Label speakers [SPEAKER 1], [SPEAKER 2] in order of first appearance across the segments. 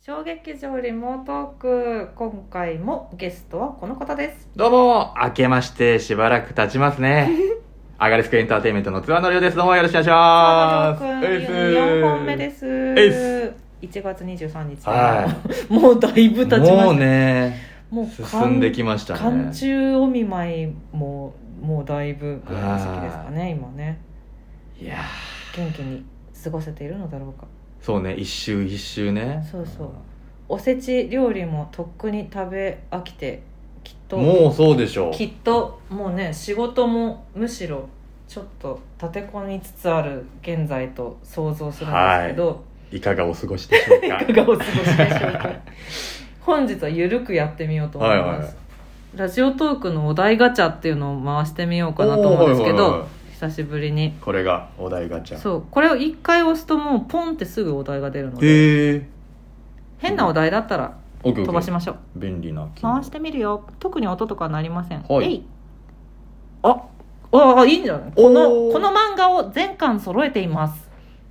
[SPEAKER 1] 小劇場リモートーク今回もゲストはこの方です
[SPEAKER 2] どうも明けましてしばらく経ちま すねアガリスクエンターテインメントのツアーのりょうですどうもよろしくお願いします
[SPEAKER 1] 4本目です
[SPEAKER 2] えいっす
[SPEAKER 1] 1月23日、
[SPEAKER 2] は
[SPEAKER 1] もうだいぶ経ちました
[SPEAKER 2] もうね
[SPEAKER 1] もう
[SPEAKER 2] 進んできました
[SPEAKER 1] 寒
[SPEAKER 2] ね
[SPEAKER 1] 中お見舞いももうだいぶぐらいの時期ですかね今ね
[SPEAKER 2] いや
[SPEAKER 1] 元気に過ごせているのだろうか
[SPEAKER 2] ーそうね一周一周ね
[SPEAKER 1] そうそうおせち料理もとっくに食べ飽きてきっと
[SPEAKER 2] もうそうでしょう
[SPEAKER 1] きっともうね仕事もむしろちょっと立て込みつつある現在と想像するんですけど、
[SPEAKER 2] いかがお過ごしでしょうか
[SPEAKER 1] い、かがお過ごしでしょうか本日はゆるくやってみようと思います、
[SPEAKER 2] はいはいはい
[SPEAKER 1] ラジオトークのお題ガチャっていうのを回してみようかなと思うんですけど、
[SPEAKER 2] おーはいはいはい
[SPEAKER 1] 久しぶりに
[SPEAKER 2] これがお題ガチャ
[SPEAKER 1] そうこれを一回押すともうポンってすぐお題が出るので
[SPEAKER 2] へえ
[SPEAKER 1] 変なお題だったら飛ばしましょう
[SPEAKER 2] 便利な機能
[SPEAKER 1] 回してみるよ特に音とかはなりません、
[SPEAKER 2] はい
[SPEAKER 1] えいあああいいんじゃないこ
[SPEAKER 2] お
[SPEAKER 1] の
[SPEAKER 2] ー
[SPEAKER 1] この漫画を全巻揃えています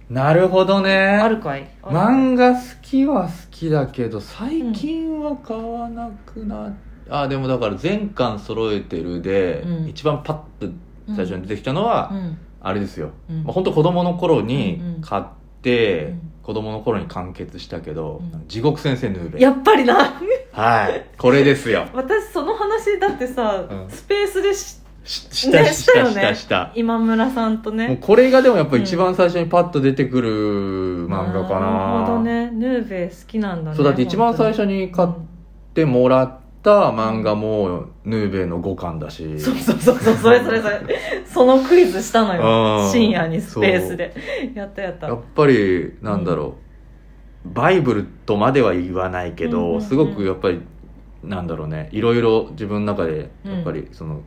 [SPEAKER 2] なるほどね
[SPEAKER 1] あるかいある
[SPEAKER 2] 漫画好きは好きだけど最近は買わなくなっあでもだから全巻揃えてるで、
[SPEAKER 1] うん
[SPEAKER 2] 一番パッと最初に出てきたのは、
[SPEAKER 1] うん
[SPEAKER 2] あれですよ、
[SPEAKER 1] うん
[SPEAKER 2] まあ、本当子供の頃に
[SPEAKER 1] うんうん
[SPEAKER 2] 買って、
[SPEAKER 1] うん
[SPEAKER 2] 子供の頃に完結したけど「
[SPEAKER 1] うん
[SPEAKER 2] 地獄先生ヌーベ
[SPEAKER 1] やっぱりな
[SPEAKER 2] はいこれですよ
[SPEAKER 1] 私その話だってさ、
[SPEAKER 2] うん
[SPEAKER 1] スペースでし
[SPEAKER 2] しした
[SPEAKER 1] ね
[SPEAKER 2] した
[SPEAKER 1] したよ
[SPEAKER 2] し
[SPEAKER 1] ね
[SPEAKER 2] たした、
[SPEAKER 1] 今村さんと
[SPEAKER 2] もう
[SPEAKER 1] ね
[SPEAKER 2] これがでもやっぱ一番最初にパッと出てくる漫画かな
[SPEAKER 1] なるほどねヌーベ好きなんだね
[SPEAKER 2] そうだって一番最初に買っ
[SPEAKER 1] 本
[SPEAKER 2] ってもらった漫画もヌーベイの5巻だし
[SPEAKER 1] 当にうんそうそうそうそうそれそれそれそのクイズしたの
[SPEAKER 2] あ
[SPEAKER 1] よ
[SPEAKER 2] ー
[SPEAKER 1] 深夜にスペースでやったやった
[SPEAKER 2] やっぱりなんだろう、バイブルとまでは言わないけど、
[SPEAKER 1] うんうんうん
[SPEAKER 2] すごくやっぱりなんだろうねいろいろ自分の中でやっぱりその、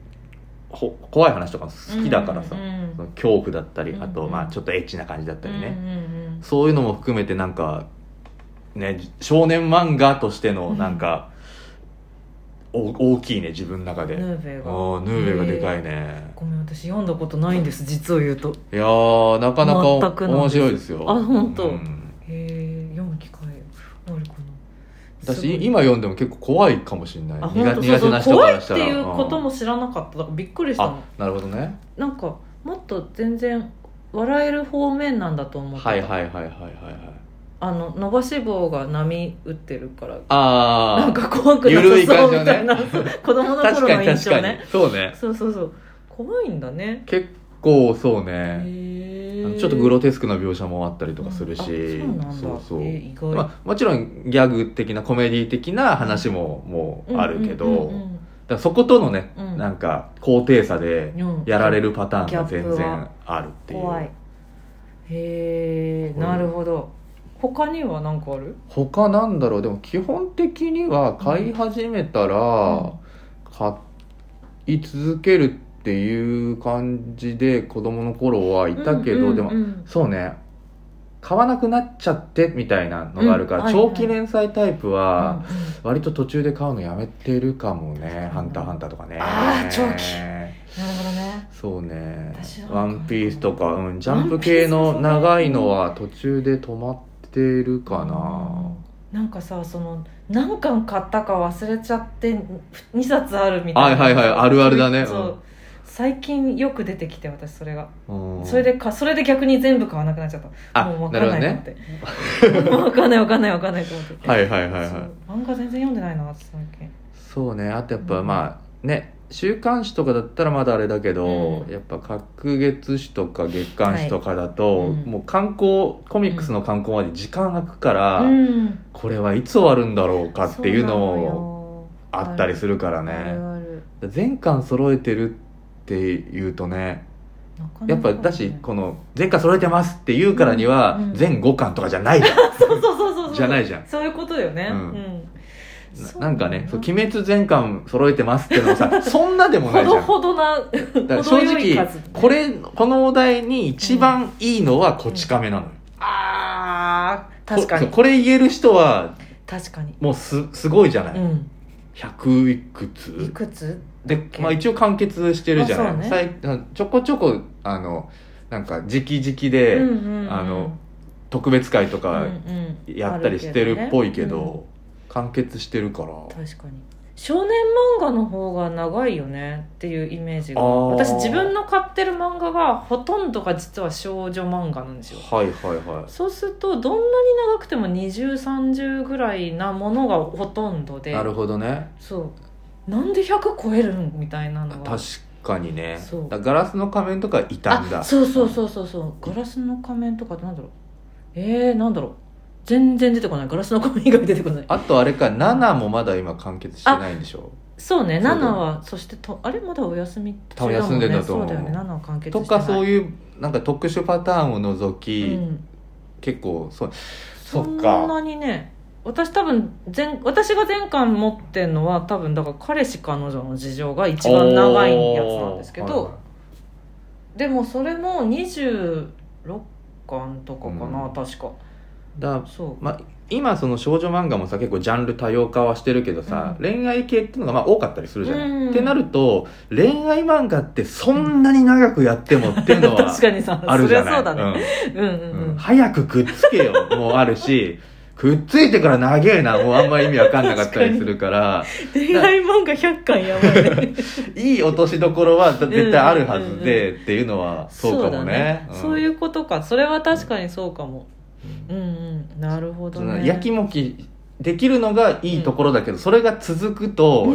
[SPEAKER 2] ほ怖い話とか好きだからさ、
[SPEAKER 1] うんうんうん
[SPEAKER 2] その恐怖だったり、
[SPEAKER 1] うんうん
[SPEAKER 2] あとまあちょっとエッチな感じだったりね、
[SPEAKER 1] うんうんうん
[SPEAKER 2] そういうのも含めてなんかね少年漫画としてのなんか、お大きいね自分の中で
[SPEAKER 1] ヌーベ
[SPEAKER 2] あ
[SPEAKER 1] が
[SPEAKER 2] ーヌーベイがでかいね
[SPEAKER 1] ごめん私読んだことないんです実を言うと
[SPEAKER 2] いやーなかなか
[SPEAKER 1] 全くなん
[SPEAKER 2] 面
[SPEAKER 1] です
[SPEAKER 2] 白いですよ
[SPEAKER 1] あ本当
[SPEAKER 2] ん
[SPEAKER 1] へえ読む機会あるかなすご
[SPEAKER 2] 私
[SPEAKER 1] い
[SPEAKER 2] 今読んでも結構怖いかもしれない
[SPEAKER 1] あ
[SPEAKER 2] 苦
[SPEAKER 1] 本当
[SPEAKER 2] 手
[SPEAKER 1] そ
[SPEAKER 2] 苦手
[SPEAKER 1] う
[SPEAKER 2] な
[SPEAKER 1] そう
[SPEAKER 2] 人か
[SPEAKER 1] 怖い
[SPEAKER 2] ら
[SPEAKER 1] っ
[SPEAKER 2] してたら
[SPEAKER 1] いうこと
[SPEAKER 2] うん
[SPEAKER 1] も知らなかっただからびっくりした
[SPEAKER 2] あ
[SPEAKER 1] の
[SPEAKER 2] なるほどね
[SPEAKER 1] なんかもっと全然笑える方面なんだと思ってた、
[SPEAKER 2] はいはいはいはいはいはい
[SPEAKER 1] あの伸ばし棒が波打ってるからなん
[SPEAKER 2] あ
[SPEAKER 1] か怖くなさ
[SPEAKER 2] 緩い感
[SPEAKER 1] そう
[SPEAKER 2] じの
[SPEAKER 1] み
[SPEAKER 2] ね
[SPEAKER 1] たいな、そう 子供
[SPEAKER 2] あ
[SPEAKER 1] の頃
[SPEAKER 2] 確か
[SPEAKER 1] の
[SPEAKER 2] に
[SPEAKER 1] 印
[SPEAKER 2] 確
[SPEAKER 1] 象
[SPEAKER 2] か
[SPEAKER 1] ね
[SPEAKER 2] にそうね
[SPEAKER 1] そうそうそう怖いんだね
[SPEAKER 2] 結構そう
[SPEAKER 1] へ
[SPEAKER 2] ねあの
[SPEAKER 1] え
[SPEAKER 2] ちょっとグロテスクな描写もあったりとかするし
[SPEAKER 1] うんあそうなんだ
[SPEAKER 2] そうそう
[SPEAKER 1] え意外
[SPEAKER 2] まあもちろんギャグ的なコメディ的な話ももうあるけ
[SPEAKER 1] うんうん
[SPEAKER 2] ど
[SPEAKER 1] うんうん
[SPEAKER 2] だからそことのね
[SPEAKER 1] うん
[SPEAKER 2] なんか高低差で
[SPEAKER 1] うん
[SPEAKER 2] やられるパターンが
[SPEAKER 1] ギャッ
[SPEAKER 2] 全
[SPEAKER 1] プは
[SPEAKER 2] 然あるっていう
[SPEAKER 1] 怖いへえ
[SPEAKER 2] これ
[SPEAKER 1] なるほど他には何かある
[SPEAKER 2] 他なんだろうでも基本的には買い始めたら買い続けるっていう感じで子供の頃はいたけ
[SPEAKER 1] う
[SPEAKER 2] ど、
[SPEAKER 1] んうんうん
[SPEAKER 2] でもそうね買わなくなっちゃってみたいなのがあるから、
[SPEAKER 1] うんはいはい
[SPEAKER 2] 長期連載タイプは
[SPEAKER 1] うんうん
[SPEAKER 2] 割と途中で買うのやめてるかもね「
[SPEAKER 1] うん
[SPEAKER 2] ハンターハンター」とかね
[SPEAKER 1] あー長期なるほどね
[SPEAKER 2] そうね
[SPEAKER 1] 私
[SPEAKER 2] 「
[SPEAKER 1] は
[SPEAKER 2] ワンピースとか、うん、ジャンプ系の長いのは途中で止まってるかな、
[SPEAKER 1] うんなんかさその何巻買ったか忘れちゃって2冊あるみた
[SPEAKER 2] はいい
[SPEAKER 1] な
[SPEAKER 2] はいはいあるあるだね
[SPEAKER 1] そう、最近よく出てきて私それが、
[SPEAKER 2] うん
[SPEAKER 1] それでかそれで逆に全部買わなくなっちゃった
[SPEAKER 2] あ
[SPEAKER 1] もう分
[SPEAKER 2] な
[SPEAKER 1] かんな
[SPEAKER 2] るほど
[SPEAKER 1] いと思
[SPEAKER 2] ね
[SPEAKER 1] って、もう分かんない分かんない分かんないと思って
[SPEAKER 2] はいはいはい
[SPEAKER 1] そ
[SPEAKER 2] はいう
[SPEAKER 1] 漫画全然読んでないな最近
[SPEAKER 2] そうねあとやっ
[SPEAKER 1] う
[SPEAKER 2] ぱ
[SPEAKER 1] ん
[SPEAKER 2] まあね週刊誌とかだったらまだあれだけど、
[SPEAKER 1] うん
[SPEAKER 2] やっぱ隔月誌とか月刊誌とかだと、
[SPEAKER 1] はいうん
[SPEAKER 2] もう観光コミックスの観光まで時間が空くから、
[SPEAKER 1] うん
[SPEAKER 2] これはいつ終わるんだろうかっていうの
[SPEAKER 1] そうな
[SPEAKER 2] も
[SPEAKER 1] よ
[SPEAKER 2] あったりするから
[SPEAKER 1] あ
[SPEAKER 2] ね
[SPEAKER 1] るある
[SPEAKER 2] 全巻揃えてるっていうとね
[SPEAKER 1] なかなかね
[SPEAKER 2] やっぱだしこの「全巻揃えてます」って言うからには
[SPEAKER 1] うん
[SPEAKER 2] 全5巻とかじゃないじゃん
[SPEAKER 1] そうそう そうそうそう
[SPEAKER 2] じゃないじゃん
[SPEAKER 1] そういうことよね、う
[SPEAKER 2] うん
[SPEAKER 1] んそう
[SPEAKER 2] ななんかね「
[SPEAKER 1] だ
[SPEAKER 2] そう鬼滅全巻揃えてます」っていうの もさそんなでもな
[SPEAKER 1] ほ
[SPEAKER 2] いじ
[SPEAKER 1] ど
[SPEAKER 2] ゃん
[SPEAKER 1] ほどな
[SPEAKER 2] だか
[SPEAKER 1] 程
[SPEAKER 2] ら正
[SPEAKER 1] よい
[SPEAKER 2] 直
[SPEAKER 1] 数
[SPEAKER 2] これこのお題に一番いいのはこち亀なのよ、
[SPEAKER 1] あー確か
[SPEAKER 2] こ
[SPEAKER 1] に
[SPEAKER 2] これ言える人は
[SPEAKER 1] 確かに
[SPEAKER 2] もうすすごいじゃない、
[SPEAKER 1] うん
[SPEAKER 2] 100いく
[SPEAKER 1] い
[SPEAKER 2] つ
[SPEAKER 1] くつ
[SPEAKER 2] で、まあ、一応完結してるじゃ
[SPEAKER 1] あそう
[SPEAKER 2] ない、
[SPEAKER 1] ね
[SPEAKER 2] さいちょこちょこあのなんか直々で、
[SPEAKER 1] うんうんうん
[SPEAKER 2] あの特別会とか
[SPEAKER 1] うんうん
[SPEAKER 2] やったりしてるっぽいけど,、
[SPEAKER 1] あるね
[SPEAKER 2] 完結してるから
[SPEAKER 1] うん確かに少年漫画の方が長いよねっていうイメージが
[SPEAKER 2] あー
[SPEAKER 1] 私自分の買ってる漫画がほとんどが実は少女漫画なんですよ
[SPEAKER 2] はいはいは
[SPEAKER 1] そうするとどんなに長くても2030ぐらいなものがほとんど
[SPEAKER 2] い
[SPEAKER 1] で
[SPEAKER 2] なるほどね
[SPEAKER 1] そうなんで100超えるんみたいなのが
[SPEAKER 2] 確かにね
[SPEAKER 1] そう
[SPEAKER 2] だガラスの仮面とかいたんだ
[SPEAKER 1] あそうそうそうそうそうガラスの仮面とかってなんだろうえー、なんだろう全然出てこないガラスの仮面以外出てこない
[SPEAKER 2] あとあれか7もまだ今完結してないんでしょ
[SPEAKER 1] そうね
[SPEAKER 2] そうだよ
[SPEAKER 1] 7はそしてとあれまだお休み中
[SPEAKER 2] 多分休んでんだと
[SPEAKER 1] そ
[SPEAKER 2] 思
[SPEAKER 1] う
[SPEAKER 2] う
[SPEAKER 1] だよね7は完結して
[SPEAKER 2] と
[SPEAKER 1] ない
[SPEAKER 2] かそう
[SPEAKER 1] い
[SPEAKER 2] いうなんか特殊パターンを除き、
[SPEAKER 1] ん、
[SPEAKER 2] 結構そう
[SPEAKER 1] そ
[SPEAKER 2] そっ
[SPEAKER 1] ん
[SPEAKER 2] か
[SPEAKER 1] なにね私多分前私が前巻持ってんのは多分だから彼氏彼女の事情が一番長いやつなんですけど、
[SPEAKER 2] おー
[SPEAKER 1] でもそれも26巻とかかな、
[SPEAKER 2] うん
[SPEAKER 1] 確か
[SPEAKER 2] だ
[SPEAKER 1] そう、
[SPEAKER 2] まあ、今その少女漫画もさ結構ジャンル多様化はしてるけどさ、
[SPEAKER 1] う
[SPEAKER 2] 恋愛系っていうのがまあ多かったりするじゃない、
[SPEAKER 1] うん
[SPEAKER 2] ってなると恋愛漫画ってそんなに長くやってもっていうのは
[SPEAKER 1] 確かにさ
[SPEAKER 2] あるじゃな
[SPEAKER 1] そ
[SPEAKER 2] い
[SPEAKER 1] りゃそうだね、うん、うん
[SPEAKER 2] うん
[SPEAKER 1] うん、
[SPEAKER 2] うん早くくっつけよもあるしくっついてから長えなもうあんま意味わかんなかったりするから
[SPEAKER 1] 恋愛漫画100巻やばいね
[SPEAKER 2] いい落としどころは絶対あるはずで、っていうのは そうかもね
[SPEAKER 1] そうだそういううことかそれは確かにそうかもうんうんなるほど
[SPEAKER 2] その
[SPEAKER 1] ね
[SPEAKER 2] やきもきできるのがいいところだけど、それが続く と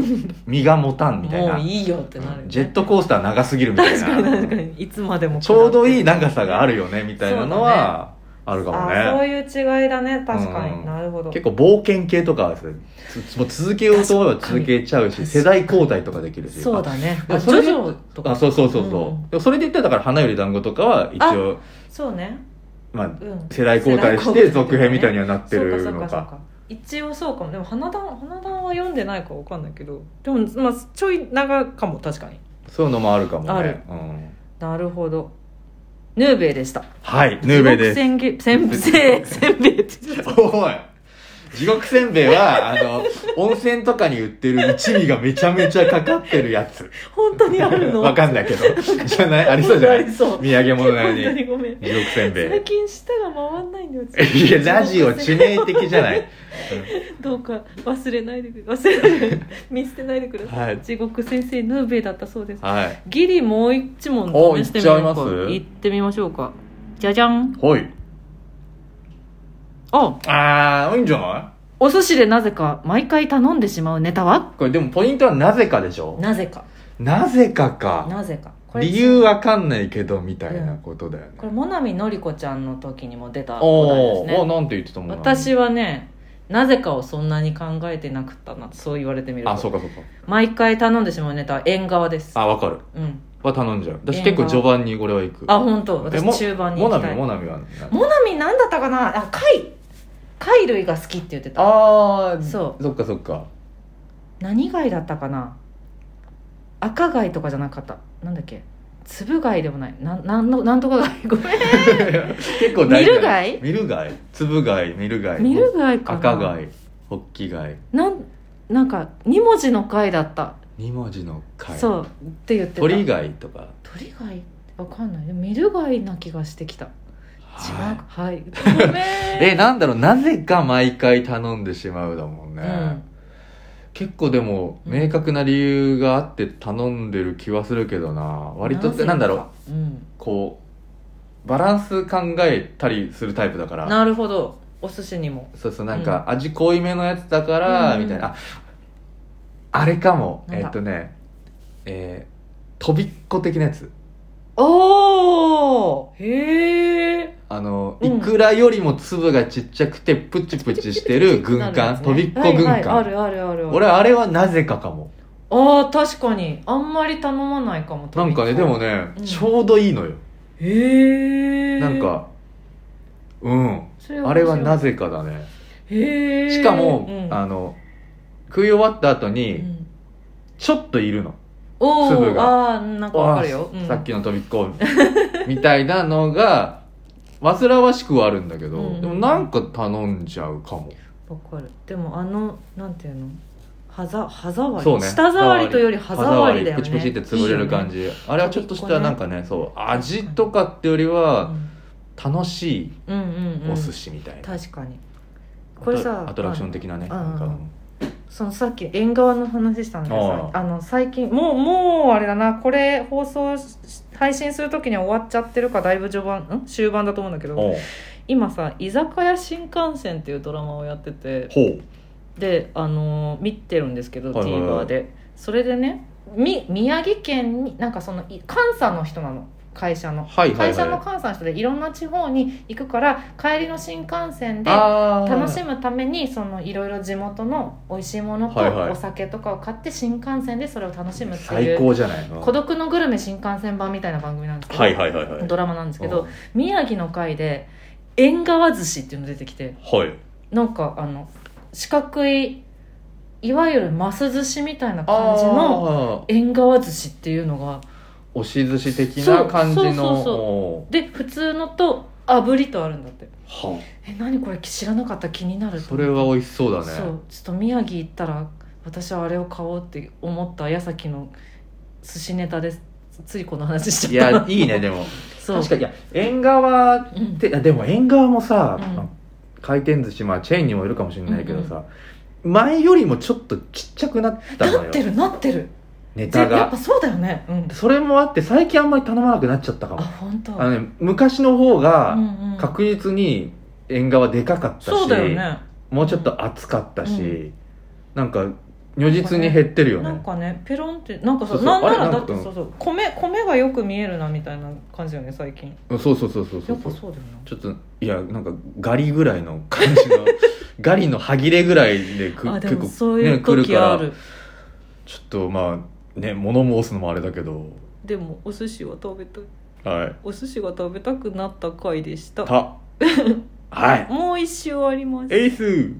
[SPEAKER 2] 身が持たんみたいな
[SPEAKER 1] もういいよってなるよね、
[SPEAKER 2] ジェットコースター長すぎるみたい
[SPEAKER 1] 確かに確か
[SPEAKER 2] な
[SPEAKER 1] にいつまでも
[SPEAKER 2] ちょうどいい
[SPEAKER 1] な
[SPEAKER 2] 長さがあるよねみたいなのはあるかも
[SPEAKER 1] あそう
[SPEAKER 2] ね
[SPEAKER 1] いう違いだね確かに、
[SPEAKER 2] うん
[SPEAKER 1] なるほど
[SPEAKER 2] 結構冒険系とかはですねつもう続けようと思えば続けちゃうし世代交代とかできるし
[SPEAKER 1] そうだね
[SPEAKER 2] あ
[SPEAKER 1] あジ
[SPEAKER 2] それ
[SPEAKER 1] ョ
[SPEAKER 2] で
[SPEAKER 1] ジョとか
[SPEAKER 2] あそうそうそうそう、
[SPEAKER 1] うん
[SPEAKER 2] でもそれで言ったらだから「花より団子」とかは一応
[SPEAKER 1] そうね
[SPEAKER 2] まあ
[SPEAKER 1] うん
[SPEAKER 2] 世代交
[SPEAKER 1] 世代
[SPEAKER 2] 代し
[SPEAKER 1] 交代
[SPEAKER 2] て
[SPEAKER 1] ね
[SPEAKER 2] 続編みたいにはなって
[SPEAKER 1] そうか
[SPEAKER 2] る
[SPEAKER 1] そう
[SPEAKER 2] の
[SPEAKER 1] か
[SPEAKER 2] か
[SPEAKER 1] そうか一応そうかもでも花壇花壇は読んでないかわかんないけどでもまあちょい長かも確かに
[SPEAKER 2] そういうのもあるかもね
[SPEAKER 1] ある
[SPEAKER 2] うん
[SPEAKER 1] なるほどヌーベイでした
[SPEAKER 2] はいヌーベイです
[SPEAKER 1] すせ んべいせんせんべいって言っちゃっ
[SPEAKER 2] おい地獄せんべいはあの温泉とかに売ってる一味がめちゃめちゃかかってるや
[SPEAKER 1] た
[SPEAKER 2] つ
[SPEAKER 1] 本当にあるの
[SPEAKER 2] わかんないけどじゃないありそうじゃない
[SPEAKER 1] ありそう
[SPEAKER 2] 土産物なの
[SPEAKER 1] 本当
[SPEAKER 2] に
[SPEAKER 1] にごめん
[SPEAKER 2] 地獄せんべ
[SPEAKER 1] 最近舌が回んないんだよ
[SPEAKER 2] いいやラジオ致命的じゃない、
[SPEAKER 1] どうか忘れないでく忘れないで見捨てないでください、
[SPEAKER 2] はい
[SPEAKER 1] 地獄先生ヌーベイだったそうです
[SPEAKER 2] はい
[SPEAKER 1] ギリもう一問
[SPEAKER 2] お
[SPEAKER 1] 試してみようか
[SPEAKER 2] いっちゃいます
[SPEAKER 1] 行ってみましょうかじゃじゃん
[SPEAKER 2] ほい
[SPEAKER 1] あ
[SPEAKER 2] あーいいんじゃな
[SPEAKER 1] お寿司でなぜか毎回頼んでしまうネタはい
[SPEAKER 2] これでもポイントはなぜかでしょ
[SPEAKER 1] なぜか
[SPEAKER 2] なぜかか
[SPEAKER 1] なぜか
[SPEAKER 2] 理由わかんないけどみたいなことだよね、
[SPEAKER 1] これモナミのりこちゃんの時にも出たお題
[SPEAKER 2] おー
[SPEAKER 1] です
[SPEAKER 2] お
[SPEAKER 1] ね
[SPEAKER 2] なんて言ってたもんな
[SPEAKER 1] 私はねなぜかをそんなに考えてなくったなそう言われてみる
[SPEAKER 2] あそう
[SPEAKER 1] と
[SPEAKER 2] かそうか
[SPEAKER 1] 毎回頼んでしまうネタは縁側です
[SPEAKER 2] あわかる
[SPEAKER 1] うん
[SPEAKER 2] は頼んじゃう私結構序盤にこれは行く
[SPEAKER 1] あ本当
[SPEAKER 2] えも
[SPEAKER 1] 私中盤に
[SPEAKER 2] モ
[SPEAKER 1] 行
[SPEAKER 2] ナ
[SPEAKER 1] き
[SPEAKER 2] ミ
[SPEAKER 1] たい
[SPEAKER 2] はモナミは
[SPEAKER 1] モナミなんだったかなあ貝貝類が好きって言ってた
[SPEAKER 2] ああ
[SPEAKER 1] そ
[SPEAKER 2] そっかそっか
[SPEAKER 1] 何貝だったかな赤貝とかじゃなかったなんだっけ粒貝でもないなんなんのなんとか貝ごめん
[SPEAKER 2] 結構大事
[SPEAKER 1] ミル貝
[SPEAKER 2] ミル貝粒貝ミル貝
[SPEAKER 1] 見る貝かな
[SPEAKER 2] 赤貝ホッキ貝
[SPEAKER 1] なんなんか2文字の貝だった、
[SPEAKER 2] 二文字の貝
[SPEAKER 1] そうって言ってた
[SPEAKER 2] 鳥貝とか
[SPEAKER 1] 鳥貝わかんないでも見る貝な気がしてきた違う
[SPEAKER 2] は
[SPEAKER 1] かはい、ごめん
[SPEAKER 2] いえなんだろうなぜか毎回頼んでしまうだもん ね、
[SPEAKER 1] うん
[SPEAKER 2] 結構でも
[SPEAKER 1] うん
[SPEAKER 2] 明確な理由があって頼んでる気はするけどな割とってなんだろう
[SPEAKER 1] う、うん、
[SPEAKER 2] こうバランス考えたりするタイプだから
[SPEAKER 1] なるほどお寿司にも
[SPEAKER 2] そうそうなんか味濃いめのやつだから、
[SPEAKER 1] うん
[SPEAKER 2] みたいなああれかも
[SPEAKER 1] なん
[SPEAKER 2] え
[SPEAKER 1] だ
[SPEAKER 2] っ、とねえー、とびっこ的なやつ
[SPEAKER 1] おーへえ
[SPEAKER 2] あの、
[SPEAKER 1] うん
[SPEAKER 2] いくらよりも粒がちっちゃくてプチプチしてる軍艦、とびっこ軍艦、
[SPEAKER 1] はいはい、あるあるあるある
[SPEAKER 2] 俺あれはなぜかかも
[SPEAKER 1] あー確かにあんまり頼まないかも
[SPEAKER 2] なんかねでもね、
[SPEAKER 1] うん
[SPEAKER 2] ちょうどいいのよ
[SPEAKER 1] へえ
[SPEAKER 2] なんかうんあれはなぜかだね
[SPEAKER 1] へえ
[SPEAKER 2] しかも、
[SPEAKER 1] うん、
[SPEAKER 2] あの食い終わった後
[SPEAKER 1] う
[SPEAKER 2] に、
[SPEAKER 1] ん、
[SPEAKER 2] ちょっといるの
[SPEAKER 1] おー
[SPEAKER 2] 粒が
[SPEAKER 1] あーなんかわかるよ、うん
[SPEAKER 2] さっきの飛びっこみ たいなのが煩わしくはあるんだけど、
[SPEAKER 1] うん
[SPEAKER 2] でもなんか頼んじゃうかも
[SPEAKER 1] わかるでもあのなんていうの歯ざ歯触り
[SPEAKER 2] そうね
[SPEAKER 1] 舌触りというより歯触りだよね
[SPEAKER 2] プチプチって潰れる感
[SPEAKER 1] じ
[SPEAKER 2] じあれはちょっとしたなんかねそう味とかってよりは、楽しい
[SPEAKER 1] うんうんうん
[SPEAKER 2] お寿司みたいな、
[SPEAKER 1] 確かにこれさ
[SPEAKER 2] アトラクション的なね、
[SPEAKER 1] うん
[SPEAKER 2] なんか、
[SPEAKER 1] うんそのさっき縁側の話したんだけどさ
[SPEAKER 2] あ
[SPEAKER 1] あの最近もうもうあれだなこれ放送し配信する時には終わっちゃってるかだいぶ序盤ん終盤だと思うんだけど
[SPEAKER 2] おう
[SPEAKER 1] 今さ「居酒屋新幹線」っていうドラマをやってて
[SPEAKER 2] ほう
[SPEAKER 1] で、あのー見てるんですけど、
[SPEAKER 2] はいはいは
[SPEAKER 1] TVer
[SPEAKER 2] い
[SPEAKER 1] でそれでねみ宮城県になんかそのい関西の人なの会社の、
[SPEAKER 2] はいはいはい
[SPEAKER 1] 会社の関西の人でいろんな地方に行くから帰りの新幹線で
[SPEAKER 2] あー
[SPEAKER 1] 楽しむためにそのいろいろ地元の美味しいものと
[SPEAKER 2] はいはい
[SPEAKER 1] お酒とかを買って新幹線でそれを楽しむってい
[SPEAKER 2] 最
[SPEAKER 1] う
[SPEAKER 2] 高じゃないの
[SPEAKER 1] 孤独のグルメ新幹線版みたいな番組なんですけど、
[SPEAKER 2] はいはいはいはい
[SPEAKER 1] ドラマなんですけ
[SPEAKER 2] う
[SPEAKER 1] ど
[SPEAKER 2] ん
[SPEAKER 1] 宮城の回で縁側寿司っていうの出てきて
[SPEAKER 2] はい
[SPEAKER 1] なんかあの四角いいわゆるマス寿司みたいな感じの
[SPEAKER 2] ああ
[SPEAKER 1] 縁側寿司っていうのが
[SPEAKER 2] 押し寿司的な感じの
[SPEAKER 1] そうそうそうそう
[SPEAKER 2] おう
[SPEAKER 1] で普通のと炙りとあるんだって
[SPEAKER 2] は
[SPEAKER 1] え何これ知らなかった気になると
[SPEAKER 2] あそ
[SPEAKER 1] 思って
[SPEAKER 2] れは美味しそうだね
[SPEAKER 1] そうちょっと宮城行ったら私はあれを買おうって思った矢先の寿司ネタですついこの話し
[SPEAKER 2] い
[SPEAKER 1] ちゃった
[SPEAKER 2] やいいねでも
[SPEAKER 1] そう
[SPEAKER 2] 確かにいや縁側っ
[SPEAKER 1] うん
[SPEAKER 2] ていやでも縁側もさ、
[SPEAKER 1] うん
[SPEAKER 2] まあ回転寿司まあチェーンにもいるかもしれないけどさ、前よりもちょっとちっちゃくなったのよ
[SPEAKER 1] なってるなってる
[SPEAKER 2] ネ
[SPEAKER 1] ぜ
[SPEAKER 2] タ
[SPEAKER 1] やっぱ
[SPEAKER 2] が
[SPEAKER 1] そうだよねうん
[SPEAKER 2] それもあって最近あんまり頼まなくなっちゃったか
[SPEAKER 1] あ
[SPEAKER 2] も
[SPEAKER 1] 本当
[SPEAKER 2] あの、ね、昔の方が
[SPEAKER 1] うんうん
[SPEAKER 2] 確実に縁側でかかったし、
[SPEAKER 1] そうだよね
[SPEAKER 2] もうちょっと暑かったし、
[SPEAKER 1] うん
[SPEAKER 2] なんか如実に減ってるよね
[SPEAKER 1] なんかねペロンってなんか
[SPEAKER 2] そう
[SPEAKER 1] さな
[SPEAKER 2] そう
[SPEAKER 1] んな
[SPEAKER 2] あ
[SPEAKER 1] ら
[SPEAKER 2] れな
[SPEAKER 1] だ
[SPEAKER 2] ん
[SPEAKER 1] っ
[SPEAKER 2] か
[SPEAKER 1] てそうそう米米がよく見えるなみたいな感じよね最近
[SPEAKER 2] うんそうそうそうそうそ
[SPEAKER 1] や
[SPEAKER 2] う
[SPEAKER 1] っぱそうだよね
[SPEAKER 2] ちょっといやなんかガリぐらいの感じ のガリの歯切れぐらいでく
[SPEAKER 1] あで
[SPEAKER 2] 結
[SPEAKER 1] も
[SPEAKER 2] 構
[SPEAKER 1] そうい
[SPEAKER 2] ね
[SPEAKER 1] う
[SPEAKER 2] 来る
[SPEAKER 1] 時
[SPEAKER 2] か
[SPEAKER 1] あ
[SPEAKER 2] ら
[SPEAKER 1] る、
[SPEAKER 2] ちょっとまあね物申すのもあれだけど
[SPEAKER 1] でもお寿司は食べたい
[SPEAKER 2] はい
[SPEAKER 1] お寿司が食べ たくなった回でした
[SPEAKER 2] たはい
[SPEAKER 1] もう一周あります
[SPEAKER 2] エイス